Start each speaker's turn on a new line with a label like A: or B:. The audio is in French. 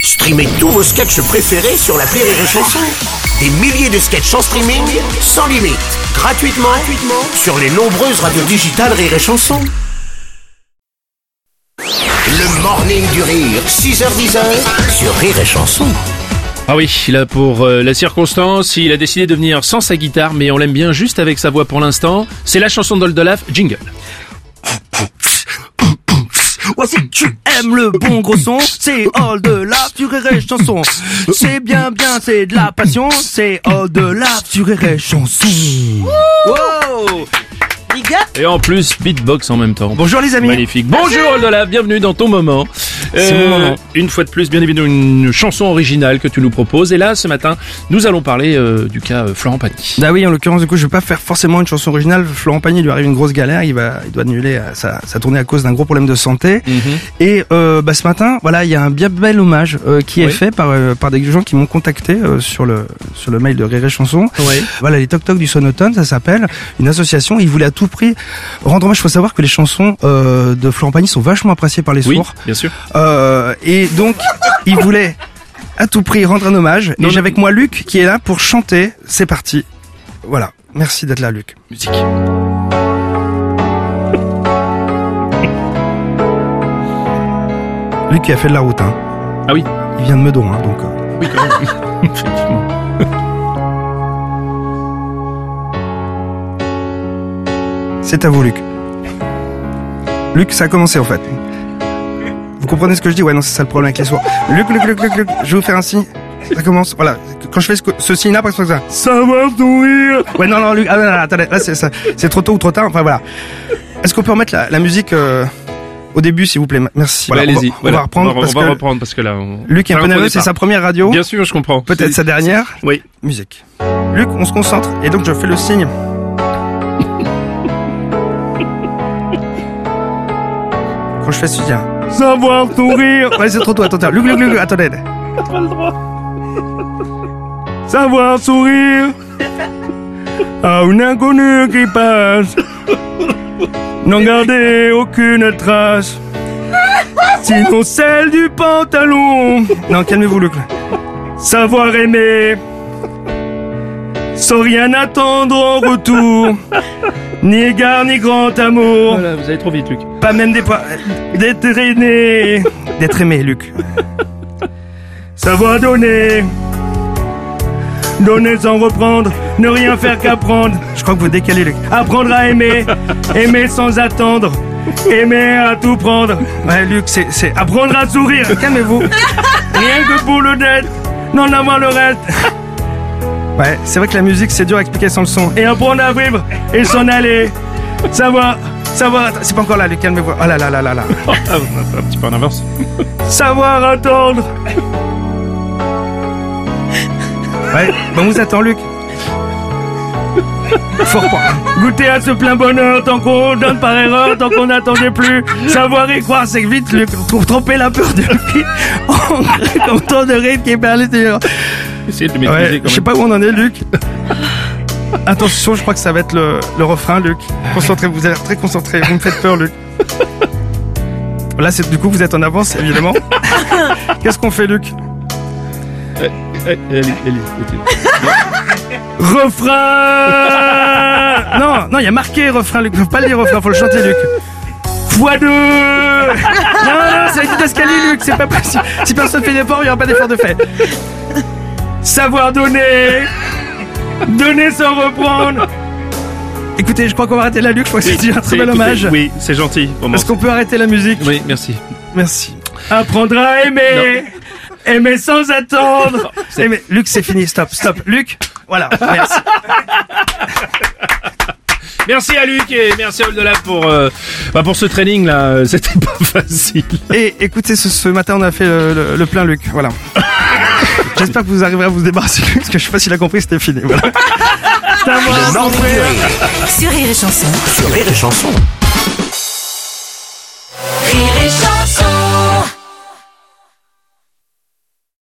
A: Streamez tous vos sketchs préférés sur la Rire et Chanson. Des milliers de sketchs en streaming, sans limite, gratuitement, gratuitement sur les nombreuses radios digitales Rire et Chanson. Le morning du rire, 6h10 sur Rire et Chanson.
B: Ah oui, là pour euh, la circonstance, il a décidé de venir sans sa guitare, mais on l'aime bien juste avec sa voix pour l'instant. C'est la chanson d'Oldolaf, jingle.
C: Voici tu aimes le bon gros son, c'est all de la furie chanson. C'est bien bien, c'est de la passion, c'est all de la furie chanson. Wow Big up
B: Et en plus, beatbox en même temps.
C: Bonjour les amis.
B: Magnifique. Bonjour Oldolaf, bienvenue dans ton moment. Euh,
C: C'est mon moment.
B: Une fois de plus, bien évidemment, une chanson originale que tu nous proposes. Et là, ce matin, nous allons parler euh, du cas euh, Florent Pagny.
C: Bah oui, en l'occurrence, du coup, je vais pas faire forcément une chanson originale. Florent Pagny lui arrive une grosse galère, il va, il doit annuler euh, sa, sa tournée à cause d'un gros problème de santé.
B: Mhm.
C: Et euh, bah, ce matin, voilà, il y a un bien bel hommage euh, qui est
B: Oui.
C: fait par euh, par des gens qui m'ont contacté euh, sur le sur le mail de Rire et Chanson.
B: Oui.
C: Voilà, les Toc Toc du Sonotone, ça s'appelle une association. Ils voulaient à tout prix rendre hommage. Il faut savoir que les chansons euh, de Florent Pagny sont vachement appréciées par les
B: Oui,
C: sourds.
B: bien sûr.
C: Euh, et donc, ils voulaient à tout prix rendre un hommage.
B: Non,
C: et j'ai
B: non.
C: avec moi Luc qui est là pour chanter. C'est parti. Voilà. Merci d'être là, Luc.
B: Musique.
C: Luc qui a fait de la route. Hein.
B: Ah oui.
C: Il vient de Meudon, hein, donc. euh,
B: Oui, quand même. Effectivement.
C: C'est à vous, Luc. Luc, ça a commencé en fait. Vous comprenez ce que je dis Ouais, non, c'est ça le problème avec les soirs. Luc, Luc, Luc, Luc, Luc, je vais vous faire un signe. Ça commence, voilà. Quand je fais ce, ce signe-là, parce que ça. Ça va ton rire Ouais, non, non, Luc, ah, non, non, attendez, là, c'est, ça- c'est trop tôt ou trop tard, enfin voilà. Est-ce qu'on peut remettre la, la musique euh, au début, s'il vous plaît Merci.
B: Bah,
C: Voilà, on va-
B: allez-y.
C: On,
B: Voilà.
C: va reprendre
B: on va,
C: parce
B: on va
C: que
B: reprendre parce que là. on-
C: Luc est un
B: Enfin,
C: peu
B: on
C: nerveux,
B: départ.
C: c'est sa première radio.
B: Bien sûr, je comprends.
C: Peut-être sa dernière
B: Oui.
C: musique. Luc, on se concentre et donc je fais le signe. Quand je fais ce soutien. Savoir ton rire. Ouais, c'est trop tôt. Attends, attends. Luc, Luc, Luc, Luc, attendez. Savoir sourire à une inconnue qui passe. N'en garder aucune trace. Sinon celle du pantalon. Non, calmez-vous, Luc. Savoir aimer sans rien attendre en retour. Ni égard, ni grand amour.
B: Voilà, vous allez trop vite, Luc.
C: Pas même des poids. D'être aîné. D'être aimé, Luc. Savoir donner. Donner sans reprendre. Ne rien faire qu'apprendre. Je crois que vous décalez, Luc. Apprendre à aimer. Aimer sans attendre. Aimer à tout prendre. Ouais, Luc, c'est. c'est- Apprendre à sourire. Calmez-vous. Rien que pour le dette. N'en avoir le reste. Ouais, c'est vrai que la musique, c'est dur à expliquer sans le son. Et apprendre à vivre et s'en aller. Savoir. Savoir. Attends, C'est pas encore là, Luc, calmez-vous. Oh là là là là là.
B: Ah, on est un petit peu en avance.
C: Savoir attendre. Ouais, bon, on vous attend, Luc. Faut reprendre. Goûter à ce plein bonheur tant qu'on donne par erreur, tant qu'on n'attendait plus. Savoir y croire, c'est que vite, Luc, pour tromper la peur de lui. On comme tant de rêves qui est perlé dehors.
B: Essayez de le
C: Ouais,
B: maîtriser quand
C: je sais
B: même.
C: pas où on en est, Luc. Attention, je crois que ça va être le, le refrain, Luc. Concentrez-vous, vous avez l'air très concentré. Vous me faites peur, Luc. Là, c'est du coup, vous êtes en avance, évidemment. Qu'est-ce qu'on fait, Luc
B: Eh, allez, allez, écoutez.
C: Refrain Non, non, il y a marqué refrain, Luc. Faut pas le dire refrain, faut le chanter, Luc. Fois deux Non, non, c'est la petite escalier, Luc, c'est pas possible. Si personne fait d'effort, il n'y aura pas d'effort de fait. Savoir donner Donner sans reprendre Écoutez, je crois qu'on va arrêter la Luc, je crois que c'est déjà un très
B: C'est-
C: bel
B: écoutez,
C: hommage.
B: Oui, c'est gentil. Vraiment.
C: Est-ce qu'on peut arrêter la musique
B: Oui, merci.
C: Merci. Apprendre à aimer Aimer sans attendre Aimer- Luc, c'est fini, stop, stop. Luc, voilà, merci.
B: Merci à Luc et merci à Oldolab pour, euh, bah, pour ce training là. Euh, C'était pas facile.
C: Et écoutez, ce, ce matin, on a fait le, le- le plein Luc. Voilà. J'espère que vous arriverez à vous débarrasser de lui, parce que je sais pas s'il a compris, c'était fini. Voilà.
A: Le morning du rire
D: sur Rire et Chanson.
A: sur Rire et Chanson.
D: Rire et Chanson.